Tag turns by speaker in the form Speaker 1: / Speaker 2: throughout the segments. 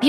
Speaker 1: 美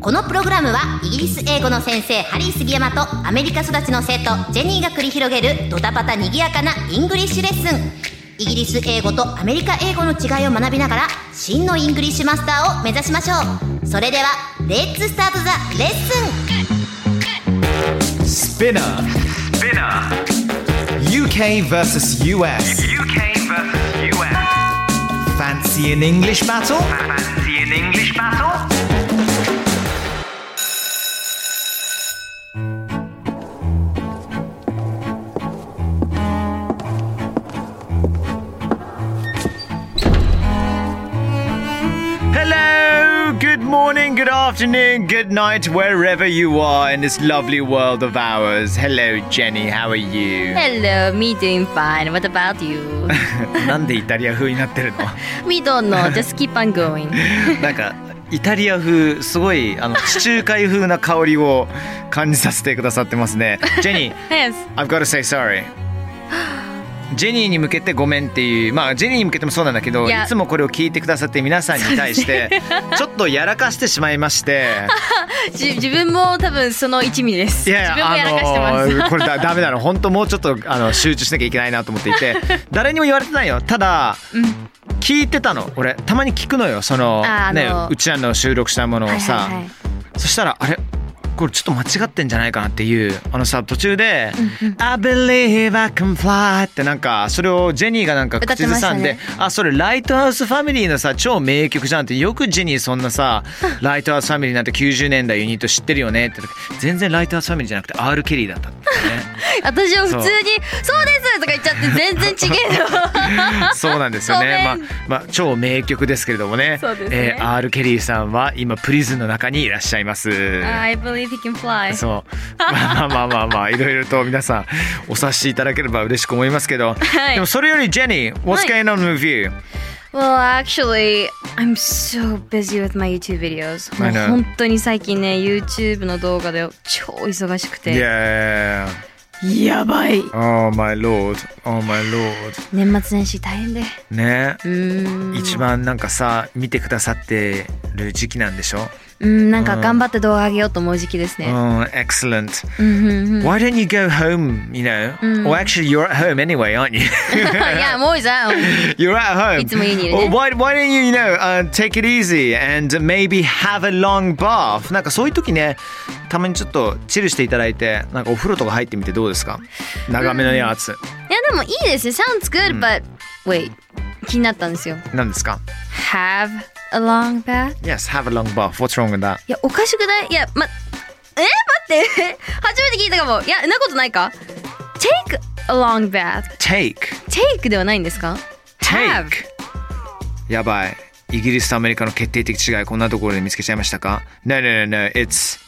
Speaker 2: このプログラムはイギリス英語の先生ハリー杉山とアメリカ育ちの生徒ジェニーが繰り広げるドタパタにぎやかなイングリッシュレッスンイギリス英語とアメリカ英語の違いを学びながら真のイングリッシュマスターを目指しましょうそれではレッツスタートザレッスン
Speaker 3: Spinner. Spinner. UK versus US.
Speaker 4: UK versus US.
Speaker 3: Fancy an English battle?
Speaker 4: Fancy an English battle?
Speaker 3: Hello, good morning, good afternoon, good night, wherever you are in this lovely world of ours. Hello, Jenny, how are you?
Speaker 5: Hello, me doing fine. What about you?
Speaker 3: なんでイタリア風になってるの
Speaker 5: We don't know. Just keep on going.
Speaker 3: なんか、イタリア風、すごい、あの、地中海風な香りを感じさせてくださってますね。ジェニー、
Speaker 5: Yes.
Speaker 3: I've got to say sorry. ジェニーに向けてごめんっていうまあジェニーに向けてもそうなんだけど
Speaker 5: い
Speaker 3: い
Speaker 5: や
Speaker 3: つもこれを聞いてくださってる皆さんに対して、 ちょっとやらかしてしまいまして
Speaker 5: じ自分も多分その一味です。
Speaker 3: いやい
Speaker 5: 自分もやらかして
Speaker 3: やあ
Speaker 5: ま
Speaker 3: の
Speaker 5: す。
Speaker 3: ーこれだダメなの本当もうちょっとあの集中しなきゃいけないなと思ってい て誰にも言われてないよただ、聞いてたの俺たまに聞くのよその、
Speaker 5: ああの
Speaker 3: ねうちらの収録したものをさ、
Speaker 5: はいはいはい
Speaker 3: そしたらあれこれちょっと間違ってんじゃないかなっていうあのさ途中で「I believe I can fly」ってなんかそれをジェニーがなんか
Speaker 5: 歌って
Speaker 3: 口
Speaker 5: ま
Speaker 3: ず
Speaker 5: した
Speaker 3: さん
Speaker 5: ね
Speaker 3: で、あそれライトハウスファミリーのさ超名曲じゃんってよくジェニーそんな さライトハウスファミリーなんて90年代ユニット知ってるよねって言った時全然ライトハウスファミリーじゃなくて R ・ケリーだった ってね
Speaker 5: 私は普通に「そうです!」とか言っちゃって全然違 えの。
Speaker 3: そうなんですよねまあ
Speaker 5: ごめん
Speaker 3: まあ超名曲ですけれどもね
Speaker 5: そうですね
Speaker 3: えー R ・ケリーさんは今プリズンの中にいらっしゃいます。
Speaker 5: I believe he can fly.
Speaker 3: そう。まあまあまあまあ、いろいろと皆さんお察しいただければ嬉しく思いますけど。
Speaker 5: はい
Speaker 3: でもそれよりジェニー、
Speaker 5: は
Speaker 3: What's
Speaker 5: い
Speaker 3: going on with you?
Speaker 5: Well, actually, I'm so busy with my YouTube videos. も
Speaker 3: I know.
Speaker 5: う本当に最近ね、YouTube の動画で超忙しくて。
Speaker 3: Yeah.
Speaker 5: やばい
Speaker 3: Oh my lord. Oh my lord.
Speaker 5: 年末年始大変で。
Speaker 3: ね。
Speaker 5: うーん。
Speaker 3: 一番なんかさ、見てくださってる時期なんでしょ
Speaker 5: うん、なんか頑張って動画上げようと思う時期です
Speaker 3: う
Speaker 5: ね。
Speaker 3: ん、excellent.
Speaker 5: うんうんうん。
Speaker 3: Why don't you go home, you know? Or actually, you're at home anyway, aren't you?
Speaker 5: yeah, I'm always out.
Speaker 3: You're at home.
Speaker 5: いつも家にいる
Speaker 3: Or
Speaker 5: ね。
Speaker 3: why, why don't you, you know, uh, take it easy and maybe have a long bath? なんかそういう時ね、たまにちょっとチルしていただいて、なんかお風呂とか入ってみてどうですか長めのやつ。
Speaker 5: いやでもいいですね。Sounds good,、but wait 気になったんですよ。
Speaker 3: なんですか
Speaker 5: Have a long bath?
Speaker 3: ?Yes, have a long bath. What's wrong with that?
Speaker 5: いやおかしくないいやまえ待って初めて聞いたかも。いやそんなことないか Take a long bath.
Speaker 3: Take.
Speaker 5: Take ではないんですか
Speaker 3: Take. やばい。イギリスとアメリカの決定的違い、こんなところで見つけちゃいましたか ?No, no, no, no. It's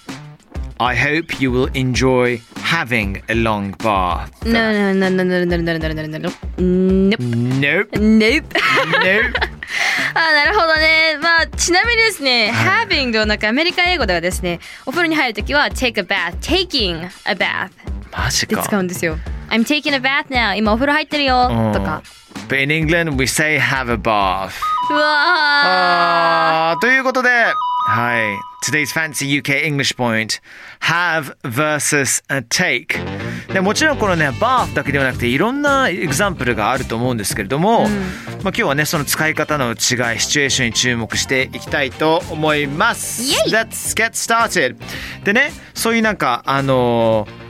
Speaker 3: I hope you will enjoy having a long bath.
Speaker 5: No, no, no, no, no, no, no, no, no, no, no. Nope.
Speaker 3: Nope. Nope.
Speaker 5: Nope. あなるほどね。まあちなみにですね、having ではなくアメリカ英語ではですね、お風呂に入るときは take a bath, taking a bath
Speaker 3: マジ
Speaker 5: で
Speaker 3: か。
Speaker 5: 使うんですよ。I'm taking a bath now. 今お風呂入ってるよとか。
Speaker 3: うん。But in England, we say have a bath.
Speaker 5: うわ
Speaker 3: あーということで、はい。Today's Fancy UK English Point Have vs. a Take でもちろんこのねバーフだけではなくていろんなエグザンプルがあると思うんですけれども、まあ、今日はねその使い方の違いシチュエーションに注目していきたいと思います
Speaker 5: イエイ
Speaker 3: Let's get started でねそういうなんかあのー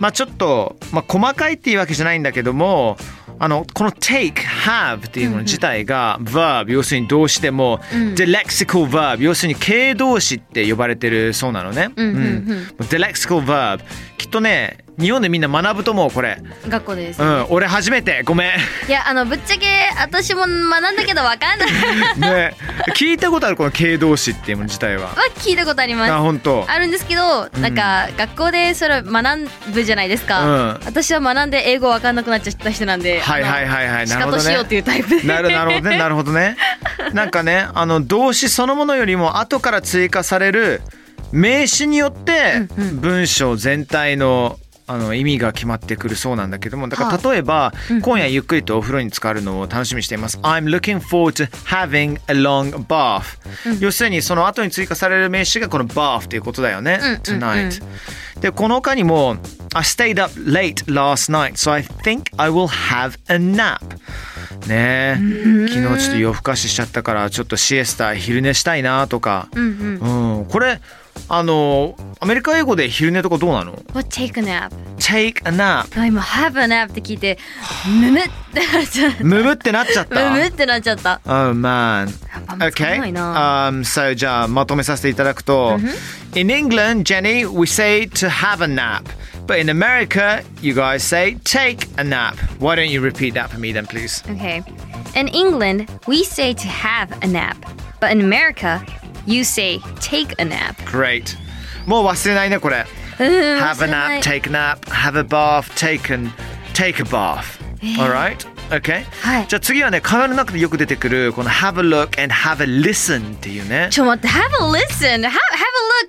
Speaker 3: まあちょっと、まあ、細かいっていうわけじゃないんだけどもあのこの take have っていうもの自体が verb 要するに動詞でも、dilexical verb 要するに形動詞って呼ばれてるそうなのね。うん dilexical verb きっとね日本でみんな学ぶと思うこれ
Speaker 5: 学校でです
Speaker 3: う。ん俺初めてごめん
Speaker 5: いやあのぶっちゃけ私も学んだ けどわかんない。
Speaker 3: ね聞いたことあるこの形動詞っていうもの自体 は
Speaker 5: は聞いたことあります。
Speaker 3: あ本当
Speaker 5: あるんですけど、なんか学校でそれを学ぶじゃないですか、
Speaker 3: うん
Speaker 5: 私は学んで英語わかんなくなっちゃった人なんで、
Speaker 3: はいはいはいはい
Speaker 5: 仕
Speaker 3: なるほ
Speaker 5: 方
Speaker 3: ど
Speaker 5: しようって
Speaker 3: ね
Speaker 5: いうタイプで
Speaker 3: なるなるほどねなるほどねなんかねあの動詞そのものよりも後から追加される名詞によって
Speaker 5: うんう
Speaker 3: 文章全体のあの意味が決まってくるそうなんだけどもだか
Speaker 5: は
Speaker 3: ら例えば、
Speaker 5: うん
Speaker 3: 今夜ゆっくりとお風呂に浸かるのを楽しみにしています I'm looking forward to having a long bath、要するにその後に追加される名詞がこの bath ということだよね、
Speaker 5: うんうんうん
Speaker 3: tonight でこの他にも I stayed up late last night so I think I will have a nap ねえ昨日ちょっと夜更かししちゃったからちょっとシエスタ昼寝したいなとか、
Speaker 5: うんうん
Speaker 3: うん、これあのアメリカ英語で昼寝とかどうなの
Speaker 5: What take a nap?
Speaker 3: ?Take a nap
Speaker 5: あ今 Have a nap って聞いてむむってなっちゃっ
Speaker 3: むむってなっちゃった
Speaker 5: たむむってなっちゃった
Speaker 3: Oh man.
Speaker 5: やっぱ見つかん
Speaker 3: Okay.
Speaker 5: ないな
Speaker 3: Um, so じゃあまとめさせていただくと、In England, Jenny, we say to have a nap. But in America, you guys say take a nap. Why don't you repeat that for me then, please?
Speaker 5: Okay In England we say to have a nap But in America you say take a nap
Speaker 3: Great. もう忘れないねこれ。Have a nap, take a nap, have a bath, taken, take a bath. Alright? Okay?
Speaker 5: はい
Speaker 3: じゃあ次はね、会話の中でよく出てくるこの have a look and have a listen っていうね。
Speaker 5: ちょ待って Have a listen Have, have a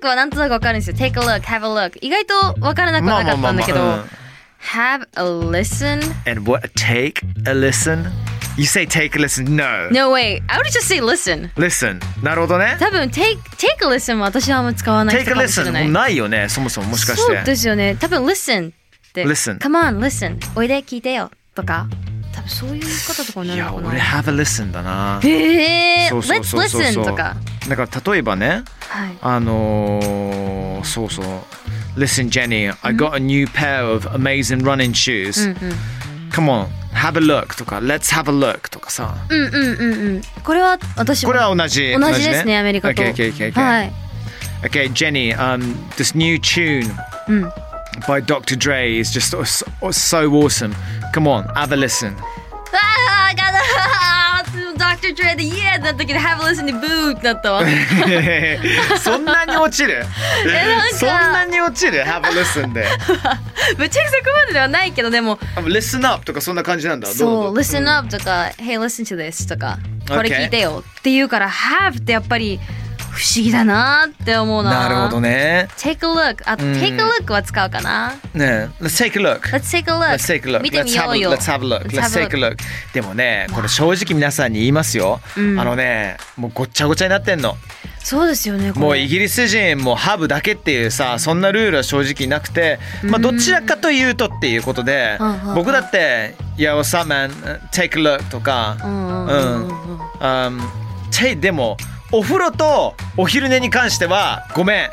Speaker 5: look はなんとなくわかるんですよ Take a look Have a look 意外とわからなくはなかったんだけど、
Speaker 3: まあまあまあまあうん
Speaker 5: Have a listen
Speaker 3: And what take a listen? You say take a listen? No.
Speaker 5: No way I would just say listen
Speaker 3: Listen. なるほどね。
Speaker 5: 多分 take, take a listen は私はあんま使わない人
Speaker 3: Take a
Speaker 5: かもしれ
Speaker 3: listen
Speaker 5: ない
Speaker 3: もうないよね。そもそももしかし
Speaker 5: そうで
Speaker 3: て。
Speaker 5: すよね多分 listen って
Speaker 3: Listen
Speaker 5: Come on listen おいで聞いてよとか多分そういう方とかにないる
Speaker 3: や、
Speaker 5: のか
Speaker 3: 俺
Speaker 5: な
Speaker 3: have a listen だな。
Speaker 5: えー、
Speaker 3: そうそう
Speaker 5: Let's
Speaker 3: そうそう
Speaker 5: listen
Speaker 3: そう
Speaker 5: とか
Speaker 3: だから例えばね、
Speaker 5: はい
Speaker 3: あのー、そうそう。Listen, Jenny, I got a new pair of amazing running shoes.
Speaker 5: うんうん
Speaker 3: Come on, have a look とか、Let's have a look とかさ。
Speaker 5: うんうんうんうんこれは私
Speaker 3: こ
Speaker 5: も
Speaker 3: れは同じ。
Speaker 5: 同じですねアメリカと
Speaker 3: Okay, okay, okay, okay.
Speaker 5: はい
Speaker 3: Okay, Jenny, um, this new tune by Dr. Dre is just so, so awesome. Come on, have a listen.
Speaker 5: あー、ガダー !Dr. Dre で Yeah! ってなったけど、Have a listen to Boo! ってなったわ。
Speaker 3: そんなに落ちる
Speaker 5: なんか
Speaker 3: そんなに落ちる Have a listen で。
Speaker 5: ぶっちゃけそこまでではないけど、でも、
Speaker 3: Listen up とかそんな感じなんだ。
Speaker 5: そう、
Speaker 3: どう
Speaker 5: Listen up とか、Hey, listen to this とか、
Speaker 3: Okay
Speaker 5: これ聞いてよって言うから、Have ってやっぱり不思議だなって思う
Speaker 3: な
Speaker 5: な。
Speaker 3: るほど
Speaker 5: ね。
Speaker 3: ね。
Speaker 5: Take a look. あ、Take a look は使うかな。
Speaker 3: ねえ Let's take a look.
Speaker 5: Let's take a look.
Speaker 3: Let's take a look.
Speaker 5: 見て
Speaker 3: Let's
Speaker 5: み
Speaker 3: have
Speaker 5: よ
Speaker 3: a,
Speaker 5: うよ。
Speaker 3: let's have a look. Let's take a
Speaker 5: look.
Speaker 3: look. でもね、これ正直皆さんに言いますよ。あのね、もうごっちゃごちゃになってんの。
Speaker 5: そうですよね、これ
Speaker 3: もうイギリス人もハブだけっていうさそんなルールは正直なくて、まあ、どちらかというとっていうことで、
Speaker 5: うんうん
Speaker 3: 僕だって「いやおさまん take a look」とか「
Speaker 5: うんう
Speaker 3: うん
Speaker 5: うん
Speaker 3: んうんてでもお風呂とお昼寝に関してはごめん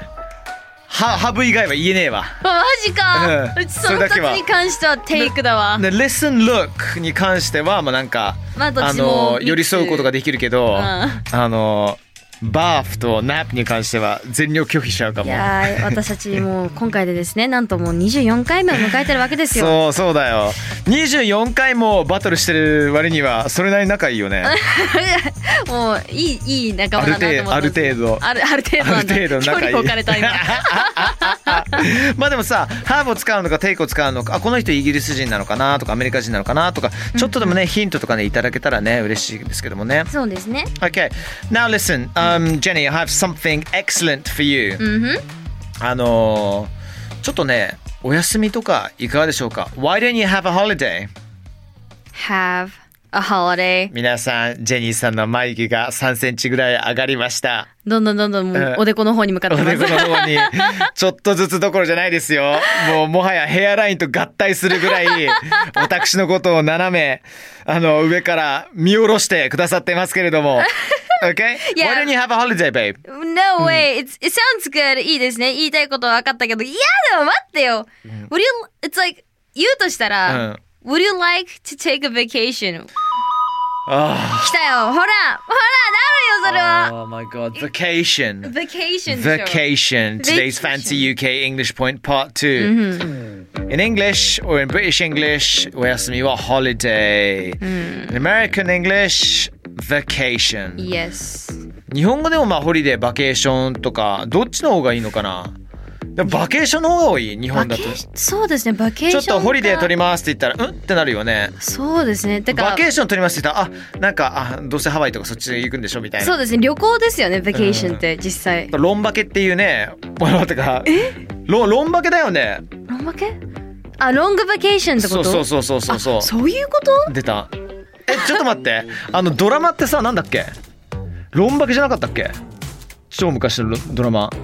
Speaker 3: ハハブ以外は言えねえわ。
Speaker 5: あマジか、
Speaker 3: うん
Speaker 5: うちその
Speaker 3: それだけは
Speaker 5: 2つに関しては Take だわ。
Speaker 3: でレッスンルックに関してはまあなんか、
Speaker 5: まあどっちも
Speaker 3: の
Speaker 5: ミックス
Speaker 3: 寄り添うことができるけど、
Speaker 5: ん
Speaker 3: あのバーフとナップに関しては全量拒否しちゃうかも
Speaker 5: い。やー私たちもう今回でですねなんともう24回目を迎えてるわけですよ。
Speaker 3: そうそうだよ24回もバトルしてる割にはそれなりに仲いいよ ね
Speaker 5: もういいいい仲
Speaker 3: あ
Speaker 5: 間
Speaker 3: る
Speaker 5: だなと思っ
Speaker 3: 程
Speaker 5: て
Speaker 3: 度ある程度
Speaker 5: ある
Speaker 3: あ
Speaker 5: ある程度なんだ
Speaker 3: る程度
Speaker 5: 距
Speaker 3: 仲いい
Speaker 5: 離を置かれた今
Speaker 3: まあでもさハーブを使うのかテイクを使うのかあこの人イギリス人なのかなとかアメリカ人なのかなとかちょっとでもね、ヒントとかねいただけたらね嬉しいですけどもね
Speaker 5: そうですね
Speaker 3: Okay, now listen, um, Jenny, I have something excellent for you. あのーちょっとねお休みとかいかがでしょうか Why don't you have a holiday?
Speaker 5: Have a holiday
Speaker 3: 皆さんジェニーさんの眉毛が3センチぐらい上がりました
Speaker 5: どんどんどんどんも
Speaker 3: え
Speaker 5: うおでこの方に向かっ
Speaker 3: お
Speaker 5: てま
Speaker 3: ですこの方 にちょっとずつどころじゃないですよもうもはやヘアラインと合体するぐらい私のことを斜めあの上から見下ろしてくださってますけれども Okay?
Speaker 5: Yeah.
Speaker 3: Why don't you have a holiday, babe?
Speaker 5: No way it's, it sounds good いいですね言いたいことは分かったけどいやでも待ってよ Would you it's like 言うとしたら、Would you like to take a vacation
Speaker 3: あ
Speaker 5: 来たよほらほらなるよそれ
Speaker 3: あ
Speaker 5: は
Speaker 3: Oh my god, vacation.
Speaker 5: Vacation でしょ
Speaker 3: Vacation. Today's
Speaker 5: Vacation.
Speaker 3: Fancy UK English Point Part 2. In English or in British English, お休みは holiday。In American English, vacation。
Speaker 5: Yes.
Speaker 3: 日本語でもまあホリデー、バケーションとか、どっちの方がいいのかなでもバケーションの方が多い、日本だと。ち
Speaker 5: そうですね、バケーショ
Speaker 3: ょ
Speaker 5: ン
Speaker 3: っとホリデー取り
Speaker 5: ま
Speaker 3: ますって言ったら、うんってなるよね。
Speaker 5: そうですね。だから
Speaker 3: バケーション取りますって言ったら、あ、なんか、あ、どうせハワイとかそっち行くんでしょみたい
Speaker 5: そ
Speaker 3: な
Speaker 5: う。ですね、旅行ですよね、バケーションって実際。
Speaker 3: ロンバケっていうね、ものとか。ロロンバケだよね。
Speaker 5: ロンバケあ、ロングバケーションって
Speaker 3: そ
Speaker 5: こ
Speaker 3: う
Speaker 5: と
Speaker 3: そうそうそうそうそう
Speaker 5: あ。そういうこと
Speaker 3: 出たえちょっと待ってあのドラマってさなんだっけロンバケじゃなかったっけ超昔のロドラマ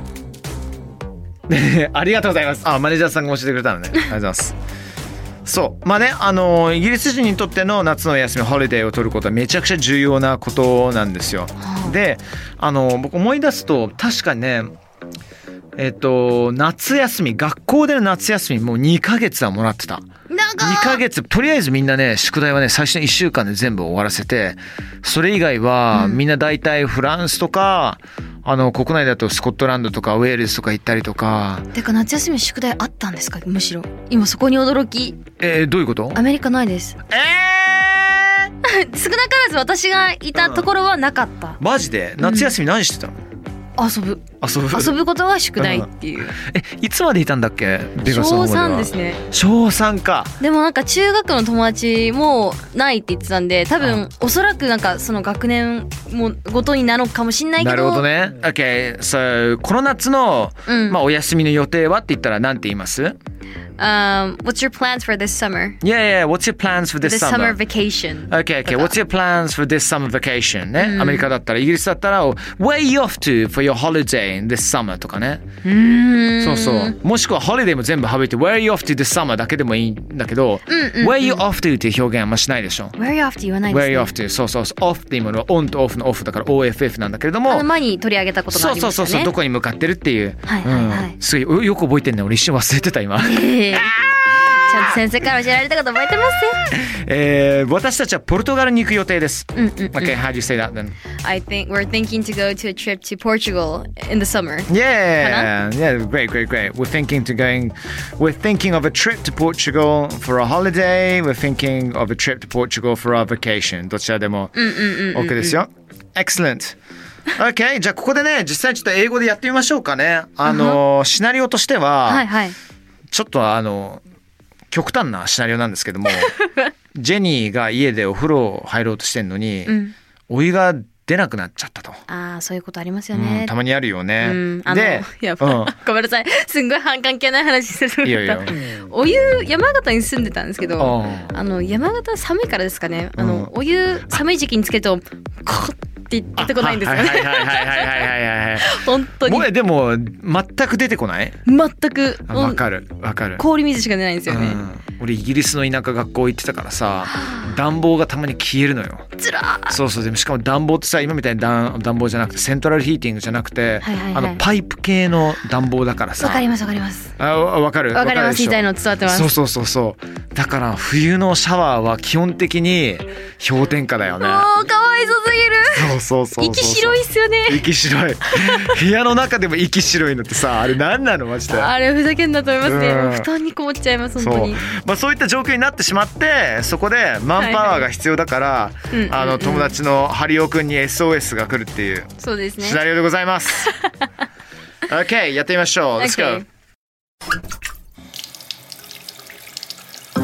Speaker 3: ありがとうございますあマネージャーさんが教えてくれたのねありがとうございますそうまあねあのイギリス人にとっての夏の休みホリデーを取ることはめちゃくちゃ重要なことなんですよであの僕思い出すと確かねえっと夏休み学校での夏休みもう2ヶ月はもらってた2ヶ月とりあえずみんなね宿題はね最初の1週間で全部終わらせてそれ以外はみんな大体フランスとか、あの国内だとスコットランドとかウェールズとか行ったりとか
Speaker 5: てか夏休み宿題あったんですかむしろ今そこに驚き
Speaker 3: えーどういうこと
Speaker 5: アメリカないです
Speaker 3: えー、
Speaker 5: 少なからず私がいたところはなかった
Speaker 3: マジで夏休み何してたの、
Speaker 5: 遊ぶ
Speaker 3: 遊ぶ
Speaker 5: 遊ぶことは宿題っていう
Speaker 3: えいつまでいたんだっけベ
Speaker 5: 小
Speaker 3: ガスの 方では
Speaker 5: 3ですね
Speaker 3: 小三か
Speaker 5: でもなんか中学の友達もないって言ってたんで多分おそらくなんかその学年もごとになのかもしんないけど
Speaker 3: なるほどね OK so この夏の、
Speaker 5: うん
Speaker 3: まあ、お休みの予定はって言ったら何て言います
Speaker 5: Um, what's your plans for this summer?
Speaker 3: Yeah yeah what's your plans for this
Speaker 5: This summer
Speaker 3: summer
Speaker 5: vacation
Speaker 3: Okay, okay.
Speaker 5: とか
Speaker 3: What's your plans for this summer vacation? ね、アメリカだったら、イギリスだったら、Where are you off to for your holiday in this summer? とかね。そうそう。もしくは、holiday も全部省いて、Where are you off to this summer? だけでもいいんだけど、Where are you off to っていう表現はあんましないでしょ。
Speaker 5: Where are you off って言わないで
Speaker 3: Where are
Speaker 5: すね
Speaker 3: you off to? そうそうそう。off っていうものは on と off の off だから OFF なんだけれども
Speaker 5: あの、前に取り上げたことが
Speaker 3: そ
Speaker 5: あ
Speaker 3: う
Speaker 5: り
Speaker 3: そ
Speaker 5: ま
Speaker 3: う
Speaker 5: し
Speaker 3: そ
Speaker 5: た
Speaker 3: うそう、
Speaker 5: ね
Speaker 3: どこに向かってるっていう。
Speaker 5: はいはいはい
Speaker 3: うんすごい、よく覚えてんね。俺一瞬忘れてた 今。
Speaker 5: ええちゃんと先生から教えられたこと覚えてますね
Speaker 3: えー、私たちはポルトガルに行く予定です。
Speaker 5: うんうんうん
Speaker 3: Okay, how do you say that then?
Speaker 5: I think we're thinking to go to a trip to Portugal in the summer
Speaker 3: Yeah, yeah, great, great, great. We're thinking to going. We're thinking of a trip to Portugal for a holiday. We're thinking of a trip to Portugal for our vacation. どちらでも OK ですよ。Excellent. OK, じゃあここでね、実際ちょっと英語でやってみましょうかね。あのシナリオとしては、
Speaker 5: はいはい
Speaker 3: ちょっとあの極端なシナリオなんですけ どもジェニーが家でお風呂入ろうとしてんのに、お湯が出なくなっちゃったと、
Speaker 5: ああそういうことありますよ
Speaker 3: う
Speaker 5: ね
Speaker 3: んたまにあるよね、
Speaker 5: うん、あの
Speaker 3: で
Speaker 5: やばい、
Speaker 3: うん
Speaker 5: ごめんなさいすんごい半関係ない話するのか
Speaker 3: いやいや
Speaker 5: お湯山形に住んでたんですけど
Speaker 3: あ
Speaker 5: あの山形寒いからですかねあの、
Speaker 3: うん
Speaker 5: お湯寒い時期につけるとコッって出てこないんですよね
Speaker 3: はいはいはいはいはいはいはいは
Speaker 5: 本当
Speaker 3: い。も
Speaker 5: に
Speaker 3: うでも全く出てこない。
Speaker 5: 全く
Speaker 3: あわかるわかる。
Speaker 5: 氷水しか出ないんですよね、
Speaker 3: うん俺イギリスの田舎学校行ってたからさ暖房がたまに消えるのよ
Speaker 5: つらー
Speaker 3: そうそうでもしかも暖房ってさ今みたいに暖暖房じゃなくてセントラルヒーティングじゃなくて、
Speaker 5: はいはいはい
Speaker 3: あのパイプ系の暖房だからさ
Speaker 5: わかりますわかります
Speaker 3: あわわかる
Speaker 5: わかります言いたいの
Speaker 3: 伝
Speaker 5: 伝わってます
Speaker 3: そうそうそうそうだから冬のシャワーは基本的に氷点下だよね
Speaker 5: もうかわいそうすぎる
Speaker 3: そうそうそうそう
Speaker 5: 息白いっす よね
Speaker 3: 息白い部屋の中でも息白いのってさあれ何なのマジで
Speaker 5: あれふざけんなと思いますね
Speaker 3: うん
Speaker 5: もう布団にこもっちゃいます本
Speaker 3: そ
Speaker 5: 当
Speaker 3: う
Speaker 5: に、
Speaker 3: まあ、そういった状況になってしまってそこでマンパワーが必要だから、
Speaker 5: いうんうんうん
Speaker 3: あの友達のハリオくんに SOS が来るっていう
Speaker 5: そうですね
Speaker 3: シナリオでござい ます。OK やってみましょう。Let's go、
Speaker 5: Okay. Hmm.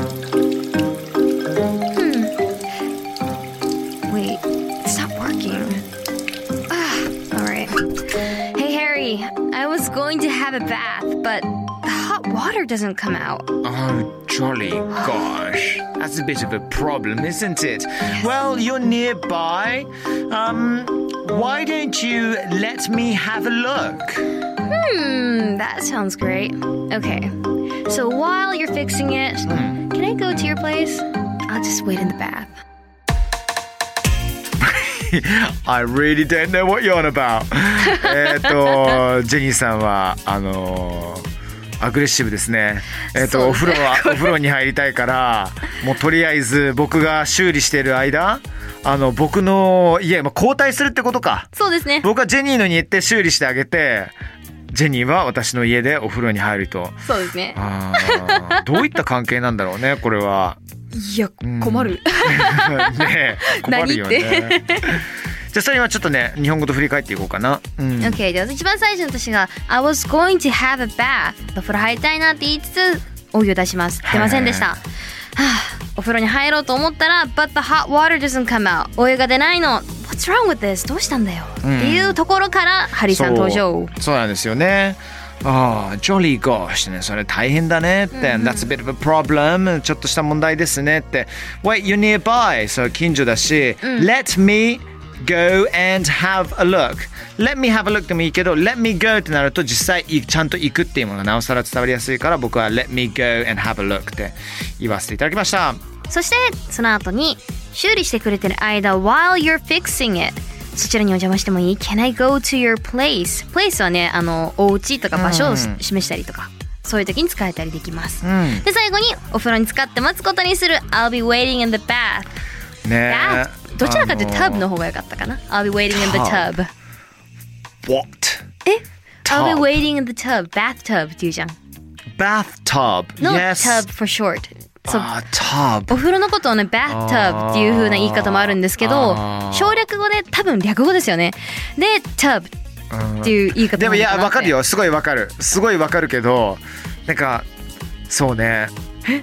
Speaker 6: Wait, it's not working. Ah, all right.
Speaker 5: Hey Harry, I was going to have a bath, but the hot water doesn't come out.
Speaker 3: Oh, jolly gosh. That's a bit of a problem, isn't it? Well, you're nearby. Um, why don't you let me have a look?
Speaker 5: Hmm, that sounds great. Okay. So while you're fixing it,
Speaker 3: Hmm.
Speaker 5: can I go to your place? I'll just wait in the bath.
Speaker 3: I really don't know what you're on about. えっと、ジェニーさんは、あのーアグレッシブですね。えっ、と、お風呂は、お風呂に入りたいから、もうとりあえず僕が修理してる間、あの、僕の家、まあ、交代するってことか。
Speaker 5: そうですね。
Speaker 3: 僕はジェニーのに行って修理してあげて、ジェニーは私の家でお風呂に入ると。
Speaker 5: そうですね。
Speaker 3: あーどういった関係なんだろうね、これは。
Speaker 5: いや
Speaker 3: うん、
Speaker 5: 困る。
Speaker 3: ねえ、困るよ
Speaker 5: 何
Speaker 3: ね。じゃあそれはちょっとね、日本語と振り返っていこうかな。 うん。
Speaker 5: OK、では一番最初の私が「I was going to have a bath」お風呂入りたいなって言いつつお湯を出します出ませんでした、はあ、お風呂に入ろうと思ったら「But the hot water doesn't come out」お湯が出ないの「What's wrong with this? どうしたんだよ」っていうところからハリーさん登場
Speaker 3: そうそうなんですよねああ、ジョリーゴーしてね、それ大変だねって、That's a bit of a problem ちょっとした問題ですねって、Wait, you're nearby そう近所だし、Let me go and have a look Let me have a look でもいいけど Let me go ってなると実際いちゃんと行くっていうものがなおさら伝わりやすいから僕は Let me go and have a look って言わせていただきました
Speaker 5: そしてその後に修理してくれてる間 while you're fixing it そちらにお邪魔してもいい Can I go to your place? place はねあのお家とか場所を示したりとか、そういう時に使えたりできます、
Speaker 3: ん
Speaker 5: で最後にお風呂に使って待つことにする I'll be waiting in the bath
Speaker 3: ね
Speaker 5: bath どちらかというと
Speaker 3: あ
Speaker 5: tub の方が良かったかな I'll be waiting in the
Speaker 3: tub
Speaker 5: tub
Speaker 3: What?
Speaker 5: え I'll
Speaker 3: Tub
Speaker 5: be waiting in the tub bathtub っていうじゃん
Speaker 3: Bathtub
Speaker 5: No
Speaker 3: Yes
Speaker 5: tub for short そう
Speaker 3: あー tub
Speaker 5: お風呂のことをね、bathtub っていう風な言い方もあるんですけど
Speaker 3: あー、
Speaker 5: 省略語で多分略語ですよね。で、tub っていう言い方
Speaker 3: でもいやわかる
Speaker 5: よ。
Speaker 3: よすごいわかるすごいわかるけどなんかそうね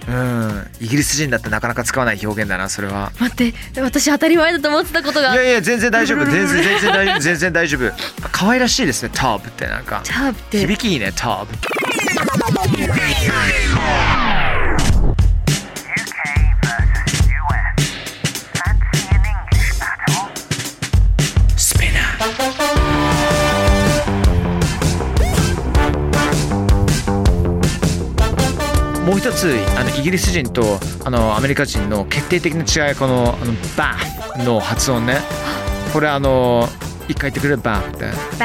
Speaker 3: うんイギリス人だってなかなか使わない表現だなそれは
Speaker 5: 待って、私当たり前だと思ってたこと
Speaker 3: い
Speaker 5: が、
Speaker 3: やいや全然大丈夫全然全然大丈夫全然大丈夫可愛らしいですねターブってなんか
Speaker 5: tub って。
Speaker 3: 響きいいねターブ
Speaker 4: UK versus US. Fancy an English battle?
Speaker 3: スピナーもう一つあのイギリス人とあのアメリカ人の決定的な違いはこのあのバーの発音ねこれあの一回言ってくれバーって
Speaker 5: bath,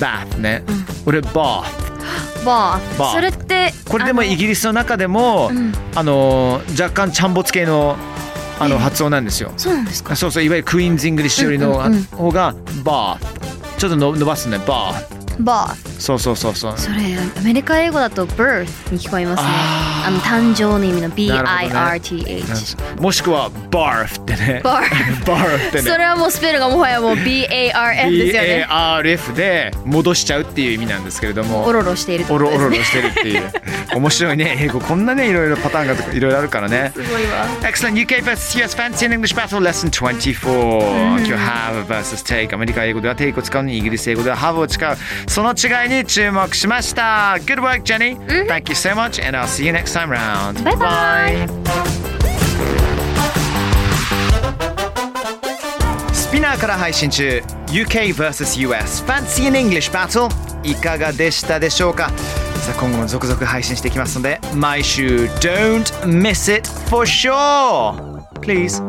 Speaker 3: バーね、俺バー
Speaker 5: bath。
Speaker 3: bath
Speaker 5: それって、
Speaker 3: これでも
Speaker 5: あの
Speaker 3: イギリスの中でもあの、若干ちゃんぼつ系のあの発音なんですよ、
Speaker 5: そうなんですか。
Speaker 3: そうそういわゆるクイーンズ・イングリッシュよりの
Speaker 5: うんうんうん
Speaker 3: 方がバーちょっとの伸ばすねバー
Speaker 5: bath。
Speaker 3: そうそうそうそう
Speaker 5: それ、アメリカ英語だと birth に聞こえますね。あの、誕生の意味の
Speaker 3: なる
Speaker 5: b-i-r-t-h。
Speaker 3: もしくは barf ってね
Speaker 5: barf
Speaker 3: barf ってね
Speaker 5: それはもうスペルがもはやもう b-a-r-f ですよね。
Speaker 3: BARF で戻しちゃうっていう意味なんですけれども
Speaker 5: おろろしているって
Speaker 3: お
Speaker 5: こと
Speaker 3: ろ
Speaker 5: で
Speaker 3: お
Speaker 5: す
Speaker 3: ろ
Speaker 5: ね。
Speaker 3: してるっていう 面白いね英語こんなねいろいろパターンがいろいろあるからね
Speaker 5: すごいわ。
Speaker 3: Excellent UK vs US Fancy and English Battle Lesson 24、今日 Have vs Take アメリカ英語では Take を使うのにイギリス英語では Have を使うその違いに注目しました Good work Jenny、Thank you so much and I'll see you next time round
Speaker 5: バイバイ
Speaker 3: Bye スピナーから配信中 UK vs US Fancy and English Battle いかがでしたでしょうかさあ今後も続々配信していきますので毎週 Don't miss it for sure Please